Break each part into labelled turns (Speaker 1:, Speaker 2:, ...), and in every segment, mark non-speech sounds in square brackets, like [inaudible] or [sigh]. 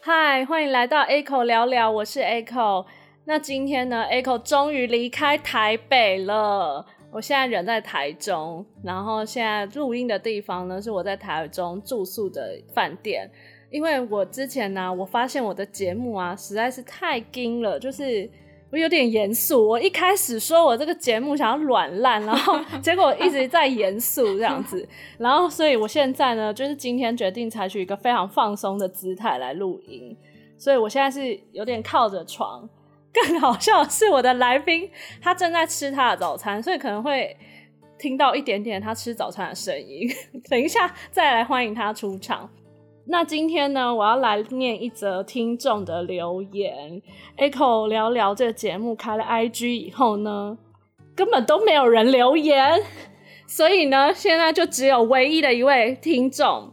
Speaker 1: 嗨，欢迎来到 A 口聊聊，我是 A 口。那今天呢，A 口终于离开台北了。我现在人在台中，然后现在录音的地方呢是我在台中住宿的饭店。因为我之前呢、我发现我的节目啊实在是太硬了，就是我有点严肃。我一开始说我这个节目想要软烂，然后结果一直在严肃这样子，然后所以我现在呢，就是今天决定采取一个非常放松的姿态来录音，所以我现在是有点靠着床。更好笑的是，我的来宾他正在吃他的早餐，所以可能会听到一点点他吃早餐的声音。 [laughs] 等一下再来欢迎他出场。那今天呢，我要来念一则听众的留言。Echo 聊聊这个节目开了 IG 以后呢，根本都没有人留言，所以呢，现在就只有唯一的一位听众。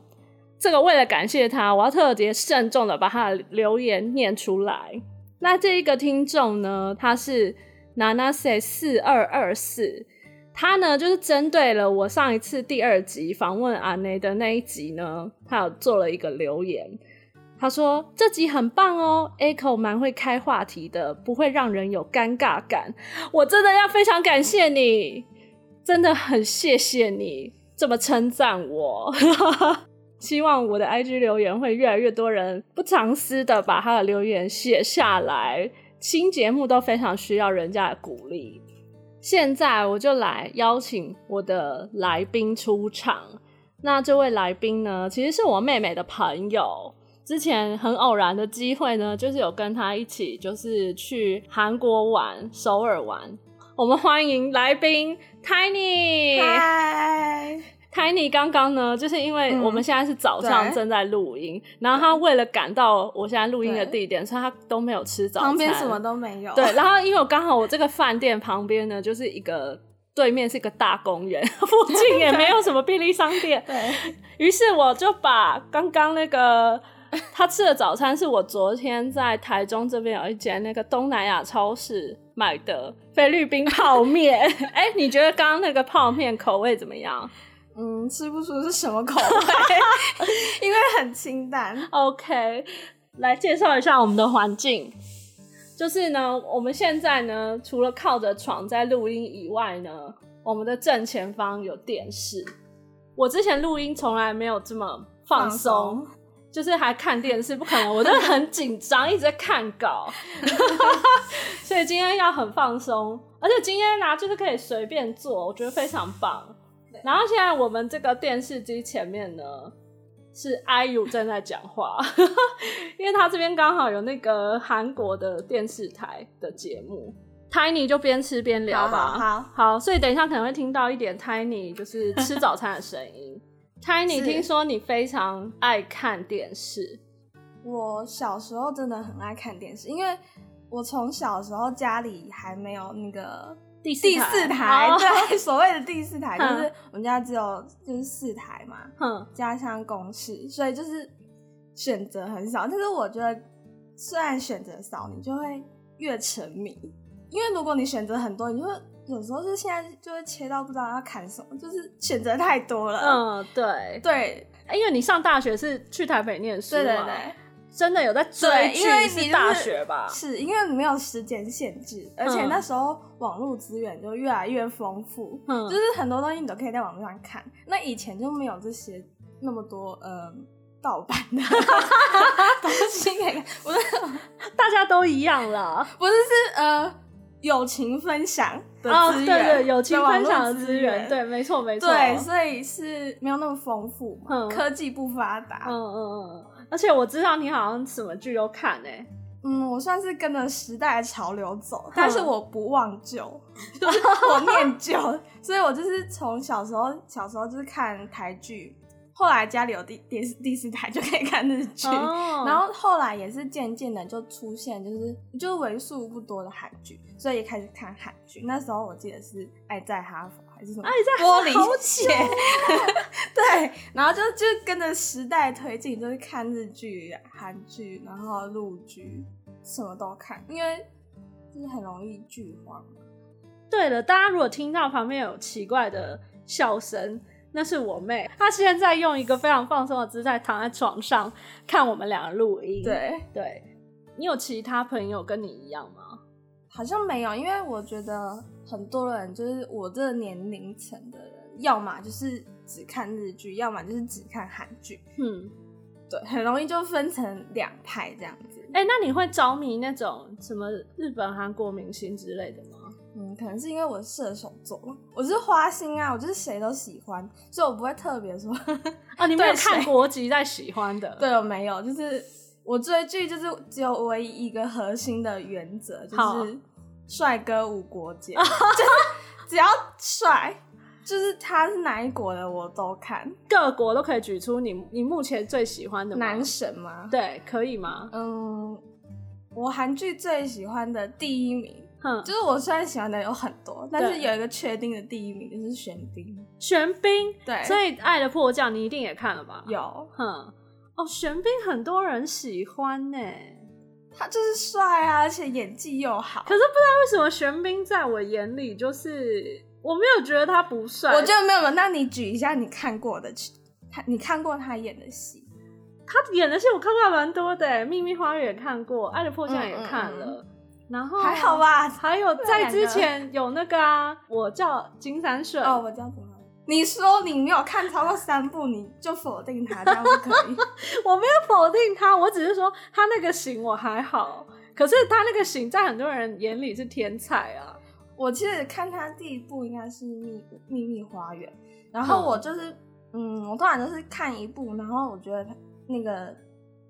Speaker 1: 这个为了感谢他，我要特别慎重的把他的留言念出来。那这一个听众呢，他是 Nanase 四二二四，他呢就是针对了我上一次第二集访问阿内的那一集呢，他有做了一个留言。他说：“这集很棒哦，Echo 蛮会开话题的，不会让人有尴尬感。我真的要非常感谢你，真的很谢谢你这么称赞我。希望我的 IG 留言会越来越多人不藏私的把他的留言写下来。新节目都非常需要人家的鼓励。现在我就来邀请我的来宾出场。那这位来宾呢，其实是我妹妹的朋友。之前很偶然的机会呢，就是有跟她一起，就是去韩国玩、首尔玩。我们欢迎来宾 Tiny。
Speaker 2: 嗨，
Speaker 1: Tiny 刚刚呢，就是因为
Speaker 2: 嗯
Speaker 1: 我们现在是早上
Speaker 2: 对
Speaker 1: 正在录音，然后他为了赶到我现在录音的地点，所以他都没有吃早餐，
Speaker 2: 旁边什么都没有。
Speaker 1: 对。然后因为我刚好我这个饭店旁边呢，就是一个对面是一个大公园， [laughs] 附近
Speaker 2: [laughs]
Speaker 1: 也没有什么便利商店，
Speaker 2: 对，
Speaker 1: 于是我就把刚刚那个他吃的早餐，是我昨天在台中这边有一间那个东南亚超市买的菲律宾泡面。 [laughs] 哎、你觉得刚刚那个泡面口味怎么样
Speaker 2: 嗯，吃不出是什么
Speaker 1: [laughs]
Speaker 2: 口味，因为很清淡。
Speaker 1: ？OK，来介绍一下我们的环境。就是呢，我们现在呢，除了靠着床在录音以外呢，我们的正前方有电视。我之前录音从来没有这么放松，就是还看电视，不可能，我真的很紧张，一直在看
Speaker 2: [laughs]
Speaker 1: 稿，所以今天要很放松，而且今天呢、啊就是可以随便做，我觉得非常棒。然后现在我们这个电视机前面呢是 IU 正在讲话， [laughs] 因为他这边刚好有那个韩国的电视台的节目。Tiny 就边吃边聊吧，
Speaker 2: 好好好
Speaker 1: 所以等一下可能会听到一点 Tiny 就是吃早餐的声
Speaker 2: [laughs]
Speaker 1: 音。Tiny，
Speaker 2: 是
Speaker 1: 听说你非常爱看电视，
Speaker 2: 我小时候真的很爱看电视，因为我从小时候家里还没有那个
Speaker 1: 第
Speaker 2: 第四台，
Speaker 1: [laughs] 哦
Speaker 2: 对，所谓的第四台就
Speaker 1: 嗯
Speaker 2: 是我们家只有就是四台嘛，
Speaker 1: 哼，
Speaker 2: 加上公式，所以就是选择很少。但是我觉得，虽然选择少，你就会越沉迷，因为如果你选择很多，你就会有时候就现在就会切到不知道要看什么，就是选择太多了。，
Speaker 1: 嗯，对，
Speaker 2: 对，
Speaker 1: 因为你上大学是去台北念书嘛，
Speaker 2: 对对对，
Speaker 1: 真的有在追
Speaker 2: 对
Speaker 1: 剧，
Speaker 2: 因为你就是
Speaker 1: 是大学吧？
Speaker 2: 是因为你没有时间限制，而且
Speaker 1: 嗯
Speaker 2: 那时候网络资源就越来越丰富，
Speaker 1: 嗯
Speaker 2: 就是很多东西你都可以在网络上看。那以前就没有这些那么多，呃。盗版的 [laughs] 东西可以看，不是
Speaker 1: 大家都一样啦。
Speaker 2: 不是是呃友情分享的
Speaker 1: 哦，
Speaker 2: 资
Speaker 1: 对
Speaker 2: 源、
Speaker 1: 对，友情分享
Speaker 2: 网络
Speaker 1: 的
Speaker 2: 资
Speaker 1: 资源，对，没错没错，
Speaker 2: 对，所以是没有那么丰富嘛，
Speaker 1: 嗯
Speaker 2: 科技不发达，
Speaker 1: 嗯嗯
Speaker 2: 嗯
Speaker 1: 嗯嗯，而且我知道你好像什么剧都看欸诶、
Speaker 2: 嗯我算是跟着时代的潮流
Speaker 1: 嗯
Speaker 2: 走，但是我不忘旧， [laughs] 就是我念旧， [laughs] 所以我就是从小时候小时候就是看台剧，后来家里有第电视第四台就可以看日剧。
Speaker 1: 哦
Speaker 2: 然后后来也是渐渐的就出现，就是就是为数不多的韩剧，所以也开始看韩剧。那时候我记得是《爱在哈佛》还是什么《
Speaker 1: 爱在
Speaker 2: 玻
Speaker 1: 哈佛哦
Speaker 2: 璃鞋》 [laughs] 对，然后就就跟着时代推进，就是看日剧、韩剧，然后陆剧，什么都看，因为就是很容易剧荒。
Speaker 1: 对了，大家如果听到旁边有奇怪的笑声，那是我妹，她现在用一个非常放松的姿态躺在床上看我们俩录音。
Speaker 2: 对，
Speaker 1: 对，你有其他朋友跟你一样吗？
Speaker 2: 好像没有，因为我觉得很多人就是我这个年龄层的人，要么就是只看日剧，要么就是只看韩剧，
Speaker 1: 嗯，
Speaker 2: 对，很容易就分成两派这样子。
Speaker 1: 哎、那你会着迷那种什么日本、韩国明星之类的吗？
Speaker 2: 嗯，可能是因为我是射手座嘛，我就是花心啊，我就是谁都喜欢，所以我不会特别说 [laughs]
Speaker 1: 啊，你没有
Speaker 2: 对
Speaker 1: 看
Speaker 2: 谁 [laughs]
Speaker 1: 国籍在喜欢的？
Speaker 2: 对，我没有，就是我追剧就是只有唯一一个核心的原则，就
Speaker 1: 好
Speaker 2: 是帅哥无国界， [laughs] 就是只要帅，就是他是哪一国的我都看。
Speaker 1: 各国都可以举出你你目前最喜欢的吗
Speaker 2: 男神吗？，
Speaker 1: 对，可以吗？
Speaker 2: 嗯，我韩剧最喜欢的第一名，
Speaker 1: 哼，
Speaker 2: 就是我虽然喜欢的有很多，但是
Speaker 1: 对
Speaker 2: 有一个确定的第一名就是玄彬，
Speaker 1: 玄彬，
Speaker 2: 对，
Speaker 1: 所以《爱的迫降》你一定也看了吧？，
Speaker 2: 有
Speaker 1: 哼，哦，玄彬很多人喜欢呢、
Speaker 2: 他就是帅啊，而且演技又好
Speaker 1: 可。是不知道为什么玄彬在我眼里就是我没有觉得他不帅，
Speaker 2: 我觉得没有，那你举一下你看过的剧，他你看过他演的戏。
Speaker 1: 他演的戏我看过还蛮多的、秘密花园》也看过，《爱的迫降》也
Speaker 2: 嗯嗯
Speaker 1: 看了，然后
Speaker 2: 还好。吧？
Speaker 1: 还有
Speaker 2: 两
Speaker 1: 在之
Speaker 2: 个
Speaker 1: 前有那个啊，我叫金三顺
Speaker 2: 哦，我知道怎么了。你说你没有看超过三部，你就否定他，这样不可以。
Speaker 1: 我没有否定他，我只是说他那个型我还好，可是他那个型在很多人眼里是天才啊。
Speaker 2: 我其实看他第一部应该是秘《秘密花园》，然后我就是，嗯我通常就是看一部，然后我觉得他那个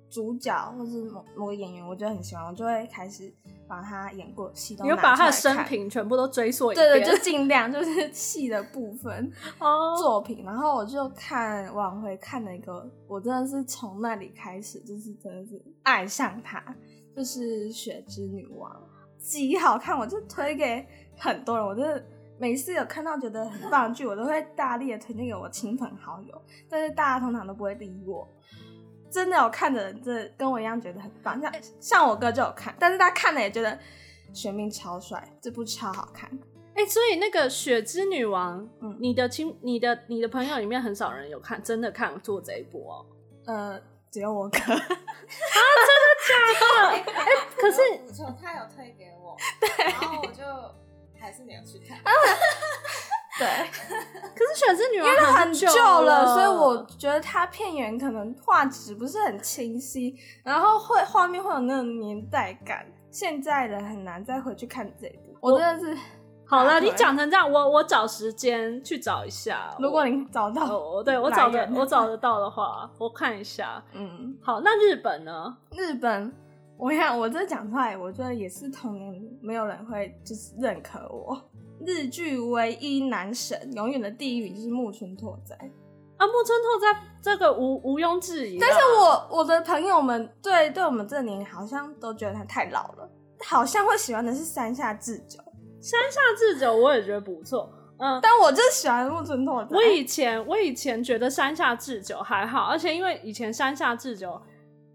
Speaker 2: 主角或是某某个演员，我觉得很喜欢，我就会开始把他演过的戏都
Speaker 1: 你就把他的
Speaker 2: 拿出来
Speaker 1: 生
Speaker 2: 看，
Speaker 1: 平全部都追溯一遍，
Speaker 2: 对对，就尽量就是戏的部分。
Speaker 1: 哦，
Speaker 2: 作品，然后我就看往回看了一个，我真的是从那里开始，就是真的是爱上她，就是《雪之女王》，极好看，我就推给很多人，我真的。每次有看到觉得很棒的剧，我都会大力的推荐给我亲朋好友，但是大家通常都不会理我。真的有看的人，真的跟我一样觉得很棒，像像我哥就有看，但是他看了也觉得玄彬超帅，这部超好看。
Speaker 1: 哎、所以那个《雪之女王》，
Speaker 2: 嗯
Speaker 1: 你的亲、你的、你的朋友里面很少人有看，真的看做这一部哦。
Speaker 2: 呃，只有我哥，
Speaker 1: 啊哎、可是
Speaker 3: 补充，他有推给我，对，然后我就还是没有去看。
Speaker 2: [laughs] 对。
Speaker 1: 可是《雪之女王》
Speaker 2: 因为它很
Speaker 1: 久
Speaker 2: 旧了，所以我觉得它片源可能画质不是很清晰，然后会画面会有那种年代感。现在人很难再回去看这一部，我真的是，
Speaker 1: 好了，
Speaker 2: 啊对
Speaker 1: 你讲成这样，我我找时间去找一下。
Speaker 2: 如果
Speaker 1: 你
Speaker 2: 你找到，
Speaker 1: 哦，对我找
Speaker 2: 来
Speaker 1: 的
Speaker 2: 源
Speaker 1: 我找得到的话，我看一下。
Speaker 2: 嗯，
Speaker 1: 好，那日本呢？
Speaker 2: 日本，我想我这讲出来，我觉得也是童年没有人会就是认可我。日剧唯一男神，永远的第一名就是木村拓哉。
Speaker 1: 啊，木村拓哉这个无毋庸置疑啦。啊
Speaker 2: 但是我我的朋友们对对我们这年龄好像都觉得他太老了，好像会喜欢的是山下智久，
Speaker 1: 夏至久我也觉得不错。嗯，
Speaker 2: 但我就是喜欢木村拓哉。
Speaker 1: 我以前我以前觉得山下智久还好，而且因为以前山下智久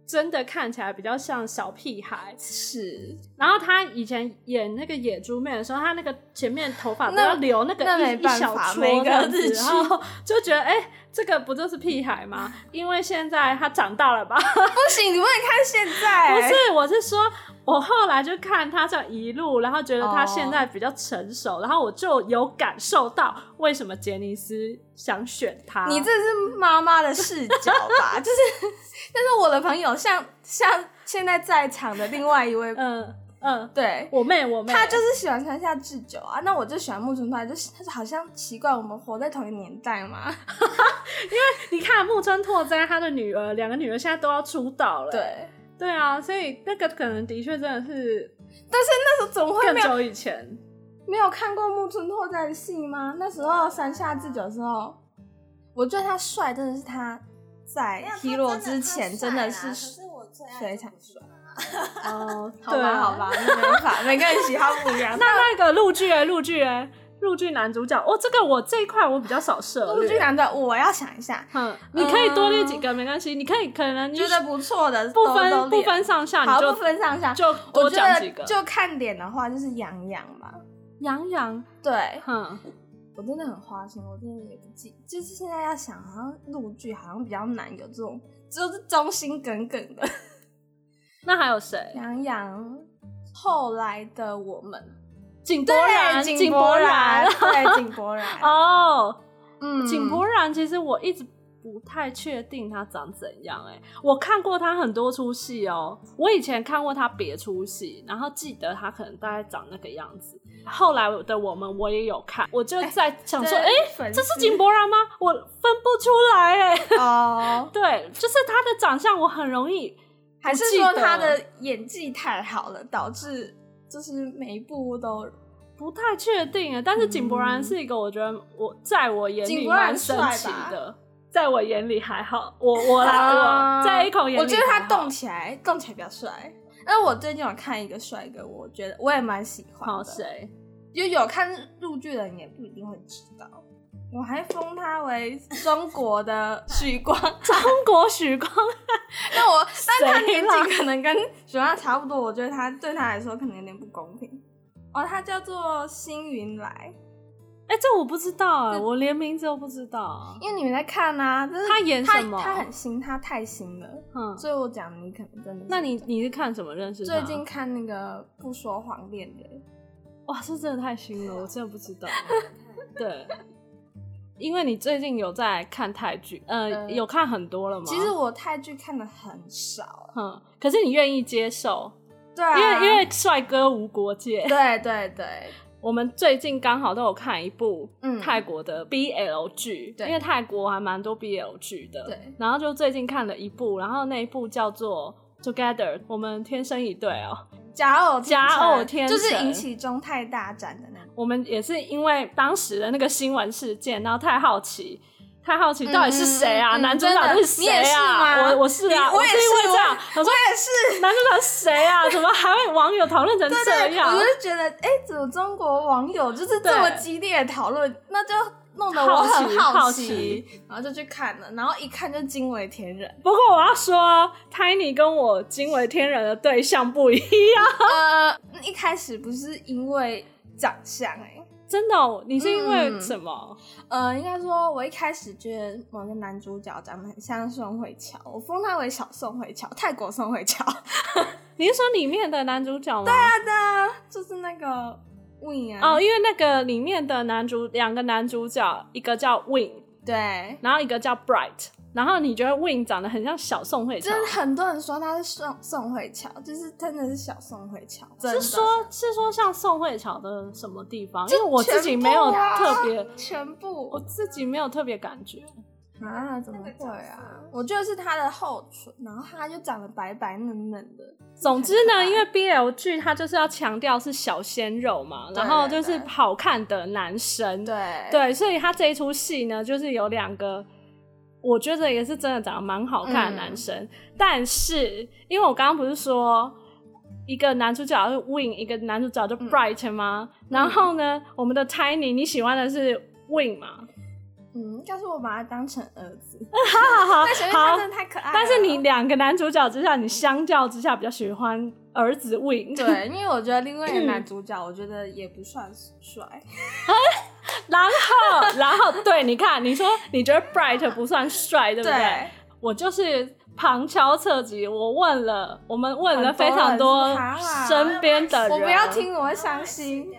Speaker 1: 真的看起来比较像小屁孩，
Speaker 2: 是
Speaker 1: 然后他以前演那个野猪妹的时候，他那个前面头发都
Speaker 2: 那
Speaker 1: 要留那个
Speaker 2: 那
Speaker 1: 一
Speaker 2: 没
Speaker 1: 一
Speaker 2: 办
Speaker 1: 小
Speaker 2: 法
Speaker 1: 撮
Speaker 2: 每
Speaker 1: 这
Speaker 2: 个
Speaker 1: 样子，
Speaker 2: 日剧
Speaker 1: 然后就觉得哎、这个不就是屁孩吗？因为现在他长大了吧？
Speaker 2: 不行，你不能看现在。
Speaker 1: [laughs] 不是，我是说，我后来就看他这样一路，然后觉得他现
Speaker 2: 哦
Speaker 1: 在比较成熟，然后我就有感受到为什么杰尼斯想选他。
Speaker 2: 你这是妈妈的视角吧？就是，但是我的朋友像像现在在场的另外一位，
Speaker 1: 嗯嗯，
Speaker 2: 对。
Speaker 1: 我妹我妹，
Speaker 2: 他就是喜欢山下智久啊，那我就喜欢木村拓哉，就是他就好像奇怪，我们活在同一个年代嘛。
Speaker 1: 你看木村拓哉他的女儿，两个女儿现在都要出道了。
Speaker 2: 对，
Speaker 1: 对啊，所以那个可能的确真的是
Speaker 2: 那时候怎么会
Speaker 1: 更
Speaker 2: 没有
Speaker 1: 久以前。
Speaker 2: 没有看过木村拓哉的戏吗？那时候山下智久的时候，我觉得他帅，真的是他在
Speaker 3: 没有他
Speaker 2: Hero 之前真的啊
Speaker 3: 他帅啦啊
Speaker 2: 是
Speaker 3: 可是我最爱
Speaker 2: 非常
Speaker 3: 帅。
Speaker 1: 哦，
Speaker 2: [laughs] 好
Speaker 1: 对
Speaker 2: 吧，
Speaker 1: 啊
Speaker 2: 好。吧，那没办 [laughs] 法，每个人喜好啊不一样。
Speaker 1: 那那个陆剧哎，陆剧哎，陆剧男主角，哦，这个我这一块我比较少涉
Speaker 2: 那
Speaker 1: 猎。
Speaker 2: 陆剧男的，我要想一下，
Speaker 1: 嗯，你可以多列几个，没关系。你可以可能你
Speaker 2: 觉得不错的
Speaker 1: 不
Speaker 2: 都都
Speaker 1: 分
Speaker 2: 列
Speaker 1: 不分上下，你
Speaker 2: 好
Speaker 1: 就
Speaker 2: 不分上下，
Speaker 1: 就
Speaker 2: 我
Speaker 1: 多
Speaker 2: 觉得
Speaker 1: 讲几个。
Speaker 2: 就看脸的话，就是杨洋嘛。
Speaker 1: 杨洋，
Speaker 2: 对，
Speaker 1: 哼，
Speaker 2: 我真的很花心，我真的也不记，就是现在要想，好像陆剧好像比较难有这种，就是忠心耿耿的。
Speaker 1: 那还有谁？
Speaker 2: 杨洋，后来的我们，
Speaker 1: 井柏然，
Speaker 2: 对，井
Speaker 1: [laughs]
Speaker 2: 柏然，
Speaker 1: 井柏
Speaker 2: 对，井柏然，
Speaker 1: 哦，
Speaker 2: [laughs] 嗯，
Speaker 1: 井柏然，其实我一直不太确定他长怎样、欸。哎，我看过他很多出戏哦，我以前看过他别出戏，然后记得他可能大概长那个样子。后来的我们我也有看，我就在想说，哎、
Speaker 2: 粉
Speaker 1: 这是
Speaker 2: 丝
Speaker 1: 井柏然吗？我分不出来哎、欸 [laughs]
Speaker 2: 哦，
Speaker 1: 对，就是他的长相，我很容易
Speaker 2: [laughs] 还是
Speaker 1: 不记
Speaker 2: 说
Speaker 1: 得
Speaker 2: 他的演技太好了，导致就是每一部都
Speaker 1: 不太确定啊，但是井柏然是一个我觉得我在我眼
Speaker 2: 嗯井
Speaker 1: 里
Speaker 2: 柏然
Speaker 1: 蛮神奇
Speaker 2: 帅吧啊
Speaker 1: 的，在我眼里还好，我我啦，我在 A 啊口眼里还好，
Speaker 2: 我觉得他动起来，动起来比较帅。那我最近有看一个帅哥，我觉得我也蛮喜欢
Speaker 1: 好
Speaker 2: 的。
Speaker 1: 谁？
Speaker 2: 就有看陆剧的人也不一定会知道，我还封他为中国的许光。
Speaker 1: [laughs] 中国许光
Speaker 2: 那我，但他
Speaker 1: 谁
Speaker 2: 年
Speaker 1: 啦
Speaker 2: 纪可能跟许光差不多，我觉得他对他来说可能有点不公平。哦，他叫做星云来，
Speaker 1: 哎、这我不知道哎、
Speaker 2: 这
Speaker 1: 我连名字都不知道、啊。
Speaker 2: 因为你们在看啊，就是
Speaker 1: 他演什么
Speaker 2: 他？他很新，他太新了，
Speaker 1: 嗯，
Speaker 2: 所以我讲你可能真的是。
Speaker 1: 那你你是看什么认识他？
Speaker 2: 最近看那个不说谎恋人，
Speaker 1: 哇，这真的太新了，我真的不
Speaker 2: [laughs]
Speaker 1: 知道。
Speaker 3: 看
Speaker 1: 对，因为你最近有在看泰剧，呃，
Speaker 2: 嗯
Speaker 1: 有看很多了吗？
Speaker 2: 其实我泰剧看的很少，
Speaker 1: 嗯，可是你愿意接受，
Speaker 2: 对啊，
Speaker 1: 因为因为帅哥无国界。
Speaker 2: 对对对，
Speaker 1: 我们最近刚好都有看一部
Speaker 2: 嗯
Speaker 1: 泰国的 BL 剧，
Speaker 2: 对
Speaker 1: 因为泰国还蛮多 BL 剧的。
Speaker 2: 对
Speaker 1: 然后就最近看了一部，然后那一部叫做《Together》，我们天生一对哦。
Speaker 2: 假偶天
Speaker 1: 假
Speaker 2: 成
Speaker 1: 偶天成
Speaker 2: 就是引起中泰大战的那个，
Speaker 1: 我们也是因为当时的那个新闻事件，然后太好奇，太好奇到底是谁啊？
Speaker 2: 嗯嗯嗯
Speaker 1: 男主角是谁
Speaker 2: 真的你也是
Speaker 1: 啊？
Speaker 2: 吗
Speaker 1: 我我是啊，
Speaker 2: 你我也
Speaker 1: 是
Speaker 2: 是
Speaker 1: 因为这样，
Speaker 2: 我
Speaker 1: 我说
Speaker 2: 也是，
Speaker 1: 男主角是谁啊？
Speaker 2: [laughs]
Speaker 1: 怎么还会网友讨论成
Speaker 2: 对
Speaker 1: 这
Speaker 2: 对，
Speaker 1: 样
Speaker 2: 我？就觉得哎，怎么中国网友就是这么
Speaker 1: 对
Speaker 2: 激烈的讨论，那就弄得我很
Speaker 1: 好奇好
Speaker 2: 奇
Speaker 1: 奇，
Speaker 2: 然后就去看了，然后一看就惊为天人，
Speaker 1: 不过我要说，Tiny 跟我惊为天人的对象不一样，
Speaker 2: 呃，一开始不是因为长相哎、
Speaker 1: 真的哦、你是因为
Speaker 2: 嗯
Speaker 1: 什么？
Speaker 2: 呃，应该说，我一开始觉得某个男主角长得很像宋慧乔，我封他为小宋慧乔，泰国宋慧乔。 [laughs]
Speaker 1: 你是说里面的男主角吗？对啊，
Speaker 2: 他的就是那个 Win 啊，
Speaker 1: 哦，因为那个里面的男主两个男主角，一个叫 Win，
Speaker 2: 对，
Speaker 1: 然后一个叫 Bright，然后你觉得 Win 长得很像小宋慧乔
Speaker 2: 就？是很多人说他是宋宋慧乔，就是真的是小宋慧乔，真
Speaker 1: 是
Speaker 2: 的
Speaker 1: 说，是说像宋慧乔的什么地方？因为
Speaker 2: 就
Speaker 1: 我自己没有
Speaker 2: 全部啊
Speaker 1: 特别，
Speaker 2: 全部
Speaker 1: 我自己没有特别感觉。
Speaker 2: 啊，怎么
Speaker 3: 那个角
Speaker 2: 会啊
Speaker 3: 色？
Speaker 2: 我觉得是他的厚唇，然后他就长得白白嫩嫩的。
Speaker 1: 总之呢，
Speaker 2: 很可爱
Speaker 1: 因为 BL 剧它就是要强调是小鲜肉嘛，
Speaker 2: 对
Speaker 1: 然后就是
Speaker 2: 对对
Speaker 1: 好看的男生，
Speaker 2: 对
Speaker 1: 对，所以他这一出戏呢，就是有两个，我觉得也是真的长得蛮好看的男生，但是因为我刚刚不是说一个男主角是 Win，一个男主角就 Bright 吗？然后呢，我们的 Tiny 你喜欢的是 Win 嘛？
Speaker 2: 嗯，但是我把他当成儿子，
Speaker 1: [laughs] 哈哈
Speaker 2: 但是因为他
Speaker 1: 好，好
Speaker 2: 真的太可爱了。
Speaker 1: 但是你两个男主角之下，你相较之下比较喜欢儿子 Win，，
Speaker 2: 对，因为我觉得另外一个
Speaker 1: 嗯
Speaker 2: 男主角，我觉得也不算帅，
Speaker 1: [laughs] 然后然后对，你看你说你觉得 Bright 不算帅，对不对
Speaker 2: 对，
Speaker 1: 我就是旁敲侧击，我问了，我们问了
Speaker 2: 很多
Speaker 1: 非常多
Speaker 2: 人是吧
Speaker 1: 身边的人，
Speaker 2: 我不要听，我
Speaker 3: 我
Speaker 2: 会伤心。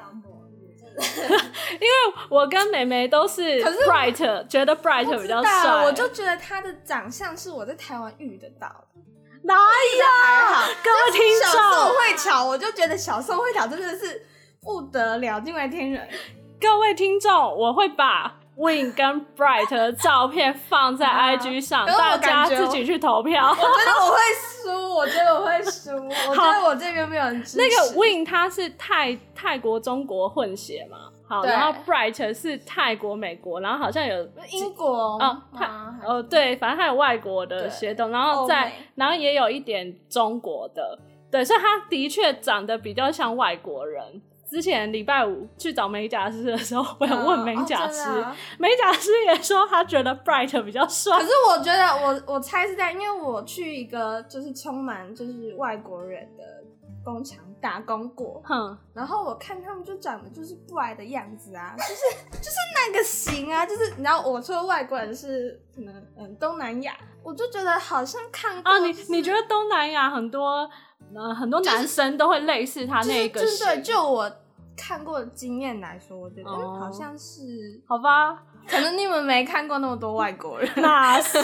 Speaker 2: [laughs]
Speaker 1: 我跟美美都是
Speaker 2: 可是
Speaker 1: Bright，觉得 Bright 比
Speaker 2: 知
Speaker 1: 较
Speaker 2: 道，
Speaker 1: 帅，
Speaker 2: 我就觉得他的长相是我在台湾遇得到的，
Speaker 1: 哪有？
Speaker 2: 好，
Speaker 1: 各位听
Speaker 2: 小宋
Speaker 1: 众，
Speaker 2: 慧乔，我就觉得小宋慧乔真的是不得了，惊为天人。
Speaker 1: 各位听众，我会把 Win 跟 Bright 的照片放在
Speaker 2: 啊
Speaker 1: IG 上，
Speaker 2: 可是我
Speaker 1: 大
Speaker 2: 感
Speaker 1: 家
Speaker 2: 觉
Speaker 1: 自
Speaker 2: 我
Speaker 1: 己去投票。
Speaker 2: 我觉得我会输，我觉得我会输，我觉得我这边没有人支持。
Speaker 1: 那个 Win 他是泰泰国中国混血嘛，好，
Speaker 2: 对
Speaker 1: 然后 Bright 是泰国美国，然后好像有
Speaker 2: 英国
Speaker 1: 哦
Speaker 2: 吗啊还
Speaker 1: 哦，对，反正还有外国的
Speaker 2: 对
Speaker 1: 血统，然后
Speaker 2: 欧
Speaker 1: 在
Speaker 2: 美，
Speaker 1: 然后也有一点中国的，对，所以他的确长得比较像外国人。之前礼拜五去找美甲师的时候，我有问美甲师，
Speaker 2: 嗯哦真的啊
Speaker 1: 美甲师也说他觉得 Bright 比较帅
Speaker 2: 可。是我觉得我我猜是在，因为我去一个就是充满就是外国人的工厂打工过，
Speaker 1: 哼，
Speaker 2: 然后我看他们就长得就是不来的样子啊， [laughs] 就是就是那个型啊，就是你知道，我说外国人是可能嗯东南亚，我就觉得好像看过
Speaker 1: 啊，你
Speaker 2: 就是
Speaker 1: 你觉得东南亚很多呃很多男生都会类似他啊那个
Speaker 2: 就是就是对，
Speaker 1: 型？
Speaker 2: 就我看过的经验来说，我觉得、嗯
Speaker 1: 哦
Speaker 2: 好像是，
Speaker 1: 好吧，。
Speaker 2: 可能你们没看过那么多外国人 [laughs]
Speaker 1: 哪是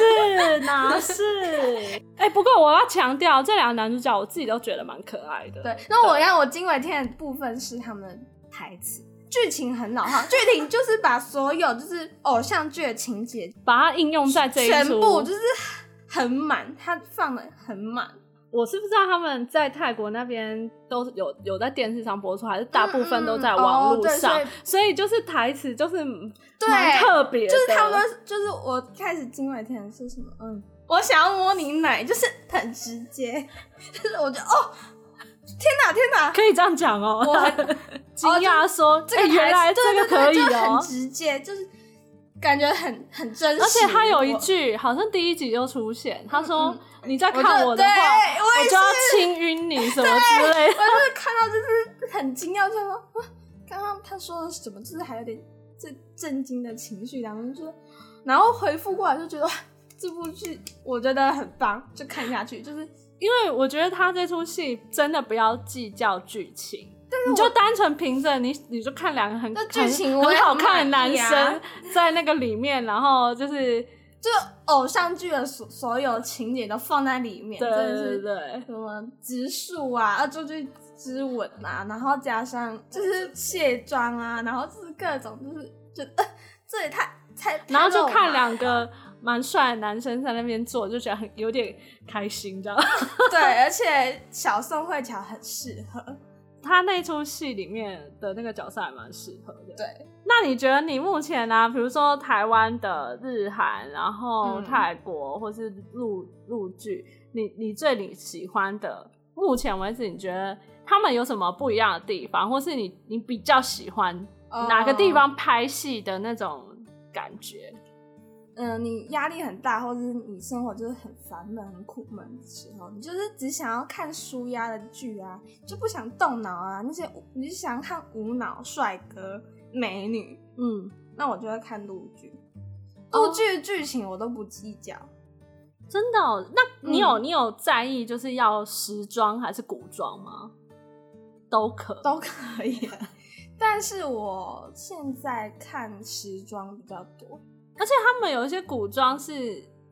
Speaker 1: 哪是？ [laughs] 哎、不过我要强调，这两个男主角我自己都觉得蛮可爱的。
Speaker 2: 对，那我让我惊为天人的部分是他们的台词。剧情很老
Speaker 1: [laughs]
Speaker 2: 套，剧情就是把所有就是偶像剧的情节
Speaker 1: 把它应用在这一
Speaker 2: 全
Speaker 1: 出
Speaker 2: 部就是很满，它放的很满。
Speaker 1: 我是不知道他们在泰国那边都是有有在电视上播出，还是大部分都在网
Speaker 2: 嗯嗯嗯哦
Speaker 1: 络
Speaker 2: 对
Speaker 1: 上、
Speaker 2: 所以
Speaker 1: 所以就是台词就是
Speaker 2: 对
Speaker 1: 蛮特别的，
Speaker 2: 就是他们都，就是我开始惊为天人是什么？嗯，我想要摸你奶，就是很直接， [laughs] 就是我就哦，天哪天哪，
Speaker 1: 可以这样讲哦、 [laughs]
Speaker 2: 我很
Speaker 1: 惊讶说、
Speaker 2: 这个
Speaker 1: 哎
Speaker 2: 台词
Speaker 1: 原来这
Speaker 2: 对
Speaker 1: 个
Speaker 2: 对
Speaker 1: 可以
Speaker 2: 对就
Speaker 1: 哦、
Speaker 2: 很直接，就是感觉很很真实。
Speaker 1: 而且他哎有一
Speaker 2: 我，
Speaker 1: 句好像第一集就出现，他说、
Speaker 2: 嗯
Speaker 1: 你在
Speaker 2: 我
Speaker 1: 看
Speaker 2: 就
Speaker 1: 我的话，
Speaker 2: 对我
Speaker 1: 我
Speaker 2: 也
Speaker 1: 就要亲晕你什么之类的。
Speaker 2: 我就是看到就是很惊讶，就想说哇刚刚他说的什么，就是还有点震震惊的情绪当中，就是然后回复过来就觉得哇这部剧我觉得很棒，就看下去，就是
Speaker 1: 因为我觉得他这出戏真的不要计较剧情，你就单纯凭着你，你就看两个很
Speaker 2: 那
Speaker 1: 很
Speaker 2: 剧情我
Speaker 1: 很
Speaker 2: 也
Speaker 1: 好
Speaker 2: 很
Speaker 1: 看的
Speaker 2: 满
Speaker 1: 男
Speaker 2: 意啊
Speaker 1: 生在那个里面，然后就是
Speaker 2: 就偶像剧的所所有情节都放在里面，
Speaker 1: 对
Speaker 2: [laughs] 真的
Speaker 1: 对
Speaker 2: 是
Speaker 1: 对，
Speaker 2: 什么植树啊、恶作剧之吻啊，然后加上就是卸妆啊，然后就是各种就是就、呃、这也太太，
Speaker 1: 然后
Speaker 2: 太肉
Speaker 1: 就
Speaker 2: 麻
Speaker 1: 看
Speaker 2: 了
Speaker 1: 两个蛮帅的男生在那边做，就觉得很有点开心，这样。
Speaker 2: 对，而且小宋慧乔很适合，
Speaker 1: 他那出戏里面的那个角色还蛮适合的。
Speaker 2: 对，
Speaker 1: 那你觉得你目前呢、啊，比如说台湾的、日韩，然后
Speaker 2: 嗯
Speaker 1: 泰国、或是陆陆剧，你你最你喜欢的，目前为止你觉得他们有什么不一样的地方，或是你你比较喜欢哪个地？方拍戏的那种感觉？
Speaker 2: 嗯、你压力很大，或者是你生活就是很烦闷、很苦闷的时候，你就是只想要看舒压的剧啊，就不想动脑啊。那些你就想看无脑帅哥美女，
Speaker 1: 嗯，
Speaker 2: 那我就会看陆剧。
Speaker 1: 哦
Speaker 2: 陆剧的剧情我都不计较，
Speaker 1: 真的哦、那你有、
Speaker 2: 嗯
Speaker 1: 你有在意就是要时装还是古装吗？都可
Speaker 2: 都可以。但是我现在看时装比较多，
Speaker 1: 而且他们有一些古装是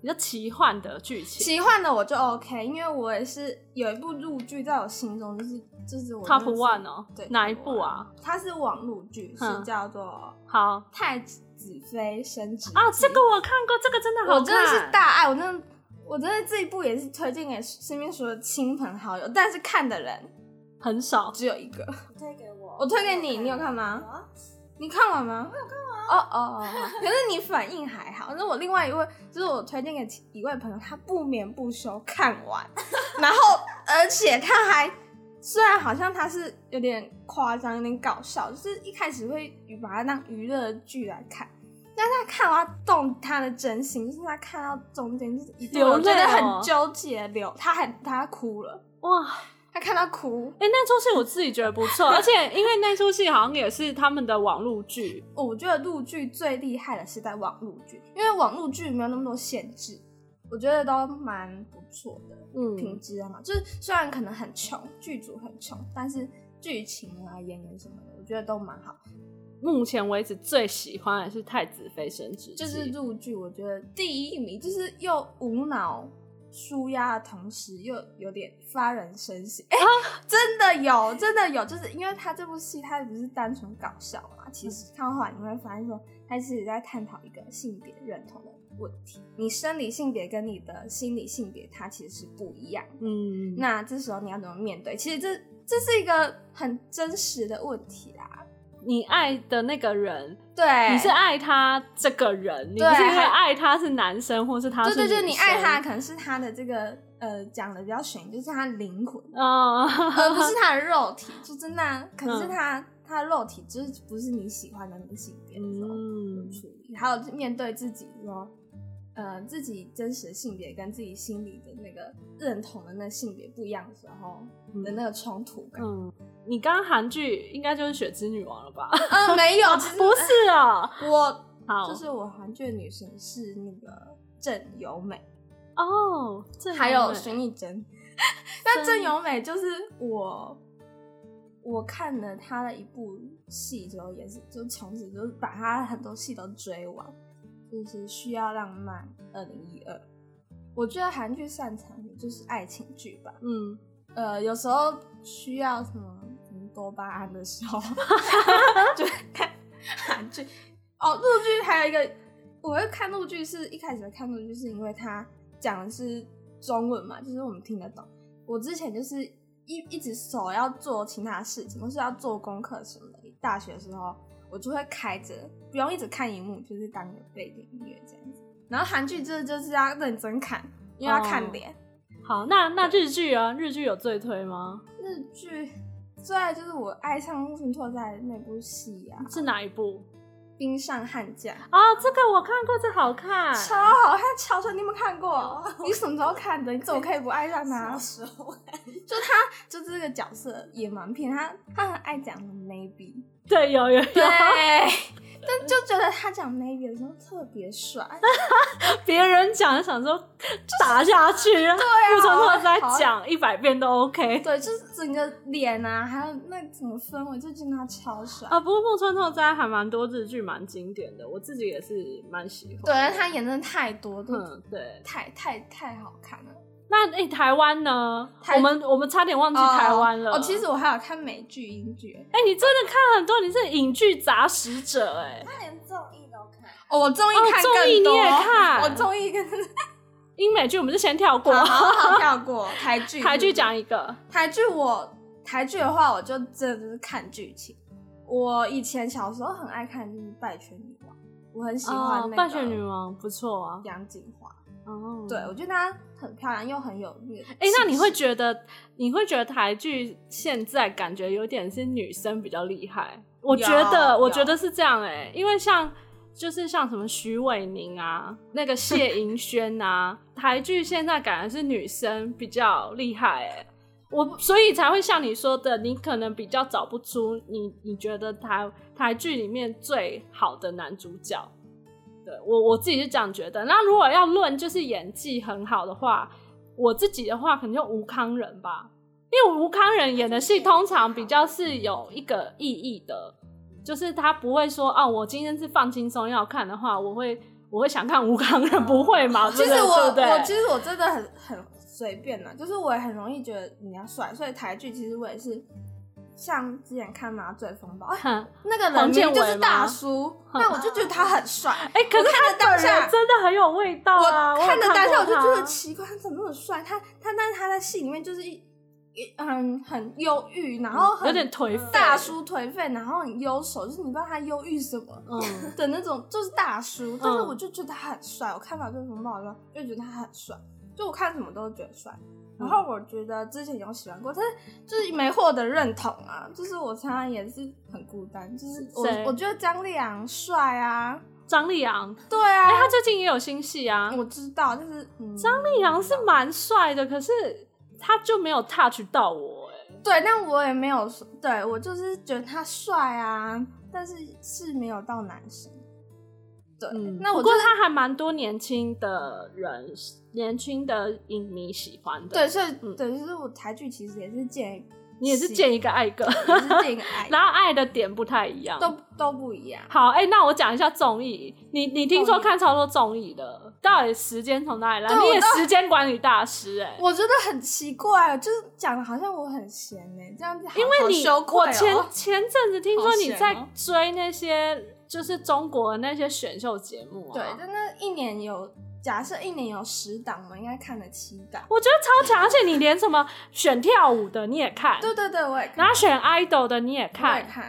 Speaker 1: 比较奇幻的剧情
Speaker 2: 奇幻的我就 OK，因为我也是有一部陆剧在我心中就是就是我
Speaker 1: ，Top
Speaker 2: 真的是
Speaker 1: One 哦、
Speaker 2: 对
Speaker 1: 哪一部啊？
Speaker 2: ？Top One 它是网路剧，
Speaker 1: 嗯
Speaker 2: 是叫做
Speaker 1: 好
Speaker 2: 《太子妃升职记
Speaker 1: 啊，这个我看过，这个真的好看，
Speaker 2: 我真的是大爱，我真的我真的这一部也是推荐给身边所有亲朋好友，但是看的人
Speaker 1: 很少。
Speaker 2: 只有一个。
Speaker 3: 推给我，
Speaker 2: 我推给你你有看吗
Speaker 3: 有啊？
Speaker 2: 你看完吗？我有看完。哦哦哦哦，可是你反应还好。那我另外一位，就是我推荐给一位朋友，他不眠不休看完，然后而且他还虽然好像他是有点夸张、有点搞笑，就是一开始会把它当娱乐剧来看。但他看完他动他的真心，就是他看到中间就是一度
Speaker 1: 流
Speaker 2: 我觉得
Speaker 1: 泪哦
Speaker 2: 很纠结，流他还他哭了，
Speaker 1: 哇，
Speaker 2: 他看到哭
Speaker 1: 哎、那出戏我自己觉得不
Speaker 2: [laughs]
Speaker 1: 错，而且因为那出戏好像也是他们的网络剧，
Speaker 2: 我觉得陆剧最厉害的是在网路剧，因为网路剧没有那么多限制，我觉得都蛮不错的，品
Speaker 1: 嗯，
Speaker 2: 质啊嘛。就是虽然可能很穷，剧组很穷，但是剧情啊、演员什么的，我觉得都蛮好。
Speaker 1: 目前为止最喜欢的是《太子妃升职记》，
Speaker 2: 就是陆剧，我觉得第一名就是又无脑舒压的同时，又有点发人深省。哎、
Speaker 1: 啊
Speaker 2: 真的有，真的有，就是因为他这部戏，他也不是单纯搞笑嘛，其
Speaker 1: 嗯
Speaker 2: 实看完你会发现说，他其实在探讨一个性别认同的问题。你生理性别跟你的心理性别，它其实是不一样的。
Speaker 1: 嗯，
Speaker 2: 那这时候你要怎么面对？其实这这是一个很真实的问题啦。
Speaker 1: 你爱的那个人，
Speaker 2: 对，
Speaker 1: 你是爱他这个人，你不
Speaker 2: 对
Speaker 1: 是因为
Speaker 2: 还
Speaker 1: 爱他是男生或是他是
Speaker 2: 对对，就是
Speaker 1: 女
Speaker 2: 你爱
Speaker 1: 生
Speaker 2: 他，可能是他的这个呃讲的比较玄，就是他灵
Speaker 1: [laughs]
Speaker 2: 魂， [laughs]
Speaker 1: 嗯，
Speaker 2: 而不是他的肉体，就真的啊，可能是
Speaker 1: 嗯
Speaker 2: 他、他的肉体就是不是你喜欢的那个性别的时候
Speaker 1: 嗯
Speaker 2: 处理，还有面对自己说呃自己真实的性别跟自己心里的那个认同的那性别不一样的时候的那个冲突感。
Speaker 1: 嗯，你刚刚韩剧应该就是《雪之女王》了
Speaker 2: [laughs]
Speaker 1: 吧？
Speaker 2: 呃，没
Speaker 1: [laughs]
Speaker 2: 有，其实哎
Speaker 1: 不是啊，
Speaker 2: 我，
Speaker 1: [laughs] 好，
Speaker 2: 就是我韩剧的女神是那个郑由美，
Speaker 1: 哦，这
Speaker 2: 还有
Speaker 1: 选
Speaker 2: 孙艺珍。 [laughs] 那郑由美就是我，我看了她的一部戏之后，也是就从此就是把她很多戏都追完，就是《需要浪漫》二零一二。我觉得韩剧擅长的就是爱情剧吧，
Speaker 1: 嗯，
Speaker 2: 呃，有时候需要什么嗯多巴胺的时候，就会看韩剧。哦，陆剧还有一个，我会看陆剧是一开始看陆剧是因为它讲的是中文嘛，就是我们听得懂。我之前就是一一直手要做其他事情，或是要做功课什么的。大学的时候，我就会开着，不用一直看荧幕，就是当个背景音乐这样子。然后韩剧这就是要认真看，因为要
Speaker 1: 哦
Speaker 2: 看脸。
Speaker 1: 好，那那日剧啊，日剧有最推吗？
Speaker 2: 日剧，最爱就是我爱上木村拓哉的那部戏啊，
Speaker 1: 是哪一部？
Speaker 2: 《冰上悍将》，
Speaker 3: 啊
Speaker 1: 哦，这个我看过，这好看，
Speaker 2: 超好看，超帅！你有没有看过
Speaker 3: 有？
Speaker 2: 你什么时候看的？你怎么可以不爱上他
Speaker 3: 哦小？时候
Speaker 2: 就他，就这个角色也蛮骗他，他很爱讲 maybe，
Speaker 1: 对，有有
Speaker 2: 对
Speaker 1: 有，，
Speaker 2: 但就觉得他讲 maybe 的时候特别帅，
Speaker 3: [laughs]
Speaker 1: 别人讲想说打下去，对啊，木村拓哉
Speaker 2: 好
Speaker 1: 讲一百遍都 OK [laughs]
Speaker 2: 对，就是整个脸啊，还有那整个氛围，就觉得他超帅。
Speaker 3: 哦
Speaker 1: 啊。不过木村拓哉还蛮多日剧蛮经典的，我自己也是蛮喜欢。
Speaker 2: 对，他演真的太多，对，
Speaker 1: 嗯，对。
Speaker 2: 太太太好看了。
Speaker 1: 那诶、台湾呢？
Speaker 2: 台
Speaker 1: 我们我们差点忘记
Speaker 2: 哦
Speaker 1: 台湾了。
Speaker 2: 哦，其实我还有看美剧、英剧，
Speaker 1: 哎、你真的看很多，你是影剧杂食者哎、
Speaker 3: 他连综艺都看，
Speaker 2: 哦，我综艺看
Speaker 1: 哦综艺
Speaker 2: 更多，
Speaker 1: 你也看
Speaker 2: 我综艺
Speaker 1: [laughs]
Speaker 2: 跟，
Speaker 1: 英美剧我们就先跳过
Speaker 2: 好好跳过台剧，
Speaker 1: 台剧讲一个，
Speaker 2: 台剧我台剧的话，我就真的就是看剧情。我以前小时候很爱看就是《拜权女王》，我很喜欢那
Speaker 1: 哦
Speaker 2: 个
Speaker 1: 半雪女王不错啊。
Speaker 2: 杨锦华，
Speaker 1: 哦，
Speaker 2: 对我觉得她很漂亮又很有那个。
Speaker 1: 哎、那你会觉得你会觉得台剧现在感觉有点是女生比较厉害？我觉得，
Speaker 2: 有
Speaker 1: 我觉得是这样哎、因为像就是像什么徐伟宁啊，那个谢
Speaker 2: [laughs]
Speaker 1: 盈萱啊，台剧现在感觉是女生比较厉害哎、我所以才会像你说的，你可能比较找不出你你觉得台台剧里面最好的男主角。对我我自己是这样觉得。那如果要论就是演技很好的话，我自己的话可能就吴康仁吧，因为吴康仁演的戏通常比较是有一个意义的，就是他不会说哦，我今天是放轻松要看的话，我会我会想看吴康仁，不会嘛？
Speaker 2: 哦其实
Speaker 1: 对不
Speaker 2: 我
Speaker 1: 对
Speaker 2: 我其实我真的很很随便啦，就是我也很容易觉得人家帅，所以台剧其实我也是像之前看《麻醉风暴》，哎
Speaker 1: 哼
Speaker 2: 那个人
Speaker 1: 黄
Speaker 2: 明
Speaker 1: 建
Speaker 2: 明就
Speaker 1: 伟
Speaker 2: 是
Speaker 1: 吗 [laughs]
Speaker 2: 大叔，那我就觉得他很帅。
Speaker 1: 哎、可是
Speaker 2: 我看了
Speaker 1: 他
Speaker 2: 当
Speaker 1: 本人
Speaker 2: 下，
Speaker 1: 真的很有味道啊！
Speaker 2: 我看
Speaker 1: 了
Speaker 2: 了当下我就觉得奇怪，他怎么那么帅？他他但是他在戏里面就是一一很很忧郁，然后
Speaker 1: 嗯
Speaker 2: 很
Speaker 1: 有点颓废
Speaker 2: 大叔颓废，然后很忧愁，就是你不知道他忧郁什么。
Speaker 1: 嗯，
Speaker 2: 的那种就是大叔，但是我就觉得他很帅。我看《麻醉风暴》的时候就觉得他很帅，就我看什么都觉得帅。然
Speaker 1: 嗯
Speaker 2: 后我觉得之前有喜欢过，但是就是没获得认同啊。就是我常常也是很孤单，就是我
Speaker 1: 谁
Speaker 2: 我觉得张立昂帅啊，
Speaker 1: 张立昂，
Speaker 2: 对
Speaker 1: 哎、
Speaker 2: 啊，
Speaker 1: 他最近也有新戏
Speaker 2: [laughs]
Speaker 1: 啊。
Speaker 2: 我知道，但是嗯
Speaker 1: 张立昂是蛮帅的，可是他就没有 touch 到我、哎，
Speaker 2: 对，但我也没有说，对我就是觉得他帅啊，但是是没有到男生。对，
Speaker 1: 嗯，
Speaker 2: 那我
Speaker 1: 不
Speaker 2: 就
Speaker 1: 过
Speaker 2: 是
Speaker 1: 他还蛮多年轻的人，年轻的影迷喜欢的。
Speaker 2: 对，，所以、
Speaker 1: 嗯
Speaker 2: 对，就是我台剧其实也是
Speaker 1: [laughs]
Speaker 2: 建议
Speaker 1: 你也是见一个爱一个，
Speaker 2: 也是电影爱
Speaker 1: [laughs] 然后爱的点不太一样。
Speaker 2: 都都不一样。
Speaker 1: 好，哎、那我讲一下综艺。你你听说
Speaker 2: 综艺
Speaker 1: 看超多综艺的，到底时间从哪里来？
Speaker 2: 对
Speaker 1: 你
Speaker 2: 我
Speaker 1: 也
Speaker 2: 都
Speaker 1: 时间管理大师哎、
Speaker 2: 我觉得很奇怪，就是讲的好像我很闲呢、这样子好，
Speaker 1: 因为
Speaker 2: 好
Speaker 1: 你
Speaker 2: 羞
Speaker 1: 我
Speaker 2: 愧
Speaker 1: 前
Speaker 2: 哦
Speaker 1: 前阵子听说
Speaker 2: 好
Speaker 1: 你
Speaker 2: 险
Speaker 1: 在
Speaker 2: 哦
Speaker 1: 追那些就是中国的那些选秀节目啊，
Speaker 2: 对，但那一年有假设一年有十档，我应该看了七档。
Speaker 1: 我觉得超强，而且你连什么选跳舞的你也看，
Speaker 2: 对对对，我也
Speaker 1: 然
Speaker 2: 看，
Speaker 1: 后选 idol 的你也
Speaker 2: 我也
Speaker 1: 看，
Speaker 2: 看，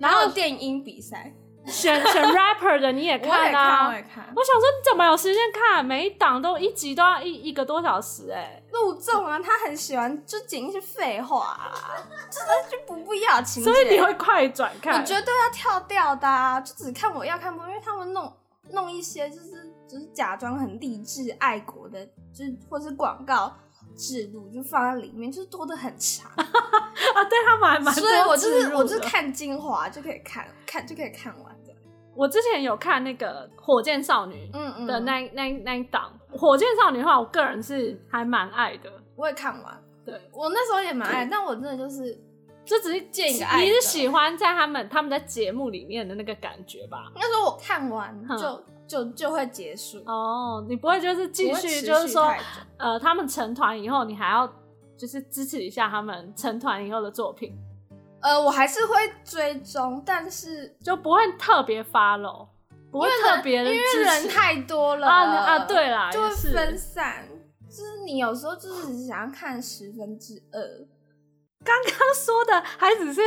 Speaker 1: 然
Speaker 2: 然
Speaker 1: 后
Speaker 2: 后电音比赛， [laughs]
Speaker 1: 选选 rapper 的你也
Speaker 2: 我也
Speaker 1: 看啊。
Speaker 2: 看，我也看。
Speaker 1: 我想说，你怎么有时间看？每一档都一集都要一一个多小时哎、
Speaker 2: 陆纵啊，他很喜欢就讲一些废话、啊， [laughs] 就是就不必要情节。
Speaker 1: 所以你会快转看？
Speaker 2: 我绝对要跳掉的、啊，就只看我要看不，因为他们弄弄一些就是就是假装很励志爱国的，就是或是广告制度就放在里面，就是拖得很长。
Speaker 1: 啊，对他们还 [laughs] 蛮多
Speaker 2: 所以我就
Speaker 1: 植
Speaker 2: 是
Speaker 1: 入
Speaker 2: 我就是
Speaker 1: 的
Speaker 2: 看精华就可以看看就可以看完的。
Speaker 1: 我之前有看那个《火箭少女》
Speaker 2: 嗯嗯，
Speaker 1: 的那、那那一档《火箭少女》的话，我个人是还蛮爱的。
Speaker 2: 我也看完。
Speaker 1: 对，
Speaker 2: 我那时候也蛮爱，但我真的就是
Speaker 1: 就只是
Speaker 2: 见一个爱
Speaker 1: 你
Speaker 2: 的
Speaker 1: 是喜欢在他们他们在节目里面的那个感觉吧？
Speaker 2: 那时候我看完
Speaker 1: 哼
Speaker 2: 就就就会结束，
Speaker 1: 哦，你不会就是继
Speaker 2: 不会持
Speaker 1: 续
Speaker 2: 续
Speaker 1: 就是说
Speaker 2: 太久
Speaker 1: 呃，他们成团以后，你还要就是支持一下他们成团以后的作品，
Speaker 2: 呃，我还是会追踪，但是
Speaker 1: 就不会特别 follow，不会
Speaker 2: 因为人
Speaker 1: 特别的
Speaker 2: 因为人太多了
Speaker 1: 啊啊，对啦，
Speaker 2: 就会
Speaker 1: 也是
Speaker 2: 分散。就是你有时候就是想要看十分之二，
Speaker 1: 他说的还只是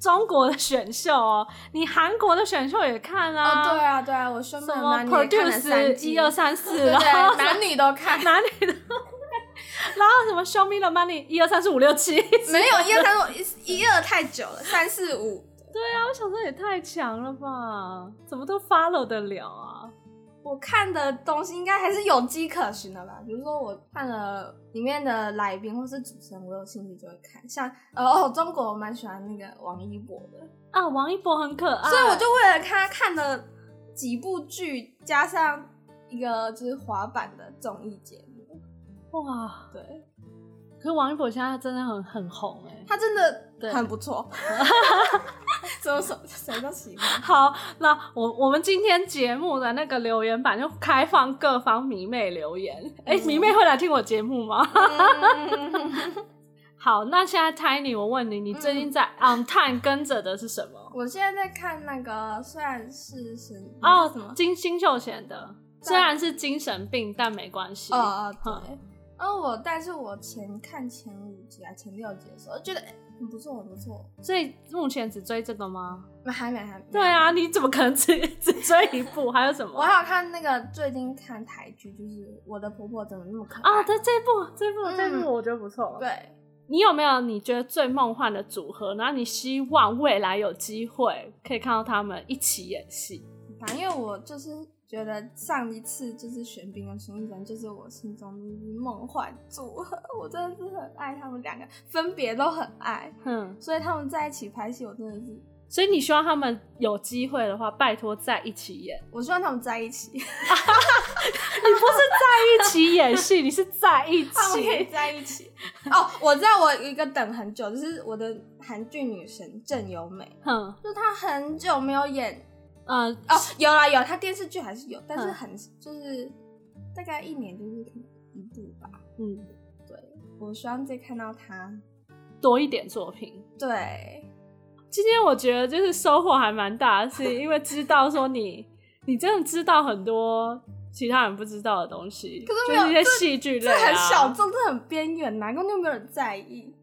Speaker 1: 中国的选秀哦，你韩国的选秀也看啊，
Speaker 2: 哦，对啊，对啊，我兄妹
Speaker 1: 什么
Speaker 2: 们你也看了三
Speaker 1: Produce
Speaker 2: 季，
Speaker 1: 一二三四，
Speaker 2: 对
Speaker 1: 然后
Speaker 2: 对，男女都看，
Speaker 1: 男女的， [laughs] 然后什么 Show Me the Money 一二三四五六七，
Speaker 2: [laughs]
Speaker 1: [laughs]
Speaker 2: 没有一二三我一一二太久了，三四五
Speaker 1: 啊我想说也太强了吧，怎么都 follow 得了啊？
Speaker 2: 我看的东西应该还是有迹可循的吧。比如说我看了里面的来宾或是主持人，我有兴趣就会看。像呃哦，中国我蛮喜欢那个王一博的，
Speaker 1: 啊，王一博很可爱，
Speaker 2: 所以我就为了他看了几部剧，加上一个就是滑板的综艺节目。
Speaker 1: 哇，
Speaker 2: 对
Speaker 1: 可是王一博现在真的很很红哎、
Speaker 2: 他真的
Speaker 1: 对
Speaker 2: 很
Speaker 1: [laughs]
Speaker 2: 不错，什么什么谁都喜
Speaker 3: [laughs]
Speaker 2: 欢。
Speaker 1: 好，那我我们今天节目的那个留言板就开放各方迷妹留言。哎、
Speaker 2: 嗯
Speaker 1: 迷妹会来听我节目吗？ [laughs]
Speaker 2: 嗯
Speaker 1: 好，那现在 Tiny，我问你，你最近
Speaker 2: [laughs]
Speaker 1: 在 On Time 跟着的是什么？
Speaker 2: 我现在在看那个，虽然是神嗯什么
Speaker 1: 哦，金星秀贤的，
Speaker 2: 但
Speaker 1: 虽然是精神病，但没关系。
Speaker 2: 哦哦，
Speaker 1: 嗯
Speaker 2: 对。然后我，但是我前看前五集啊，前六集的时候，觉得哎很不错，很不错。
Speaker 1: 所以目前只追这个吗？
Speaker 2: 还没，还没。
Speaker 1: 对，啊，你怎么可能只 [laughs] 只追一部？还有什么？
Speaker 2: 嗯我还有看那个最近看台剧，就是《我的婆婆怎么那么可爱》
Speaker 1: 啊，对这部，这部，这
Speaker 2: 嗯
Speaker 1: 部我觉得不错。
Speaker 2: 对，
Speaker 1: 你有没有你觉得最梦幻的组合？然后你希望未来有机会可以看到他们一起演戏？
Speaker 2: 反正因为我就是觉得上一次就是玄彬跟孙艺珍，就是我心中就是梦幻组合，我真的是很爱他们两个，分别都很爱，
Speaker 1: 哼、
Speaker 2: 所以他们在一起拍戏，我真的是，
Speaker 1: 所以你希望他们有机会的话，拜托在一起演。
Speaker 2: 我希望他们在一起， [laughs]
Speaker 1: 你不是在一起演
Speaker 2: [laughs]
Speaker 1: 戏，你是在一
Speaker 2: 他们可
Speaker 1: 起。
Speaker 2: 以在一 [laughs] 起。哦，我知道我有一个等很久，就是我的韩剧女神郑有美，
Speaker 1: 哼，
Speaker 2: 就她很久没有演
Speaker 1: 呃，
Speaker 2: 哦，有啦有，她电视剧还是有，但是
Speaker 1: 嗯
Speaker 2: 很就是大概一年就是可能一部吧。
Speaker 1: 嗯，
Speaker 2: 对，我希望再看到她。
Speaker 1: 多一点作品。
Speaker 2: 对，
Speaker 1: 今天我觉得就是收获还蛮大的，是因为知道说你，你真的知道很多其他人不知道的东西，
Speaker 2: 可是
Speaker 1: 就
Speaker 2: 没有
Speaker 1: 是一些戏剧类、
Speaker 2: 这
Speaker 1: 啊，
Speaker 2: 很小众，这很边缘，哪根本就没有人在意，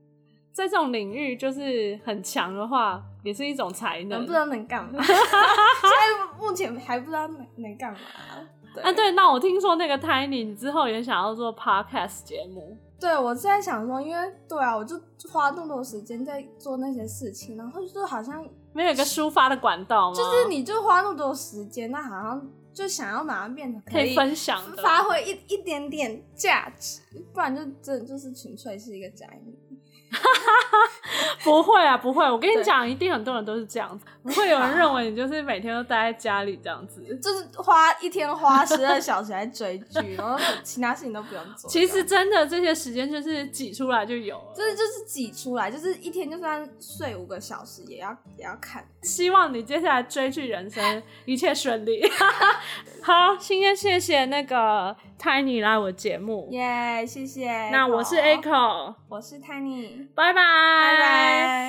Speaker 1: 在这种领域就是很强的话，也是一种才能。
Speaker 2: 能不知道能
Speaker 1: [laughs]
Speaker 2: 干嘛。现在目前还不知道能能干嘛。对
Speaker 1: 啊，对，那我听说那个 Tiny 你之后也想要做 podcast 节目，
Speaker 2: 对，我是在想说，因为对啊，我就花那么多时间在做那些事情，然后就好像
Speaker 1: 没有一个抒发的管道吗？
Speaker 2: 就是你就花那么多时间，那好像就想要马上变得
Speaker 1: 可
Speaker 2: 以
Speaker 1: 以分享的，
Speaker 2: 发挥一一点点价值，不然就真的就是纯粹是一个宅女。
Speaker 1: 不会啊，不会，我跟你
Speaker 2: 对
Speaker 1: 讲，一定很多人都是这样子，不会有人认为你就是每天都待在家里这样子。
Speaker 2: 就是花一天花十二小时来追
Speaker 1: [laughs]
Speaker 2: 剧，然后其他事情都不用做。
Speaker 1: 其实真的这些时间就是挤出来就有了，
Speaker 2: 就是就是挤出来，就是一天就算睡五个小时也要也要看。
Speaker 1: 希望你接下来追剧人生一切顺利。 [laughs] 好，今天谢谢那个 Tiny 来我节目
Speaker 2: 耶、谢谢。
Speaker 1: 那我是 Echo，
Speaker 2: 我是 Tiny，
Speaker 1: 拜拜，
Speaker 2: 拜拜。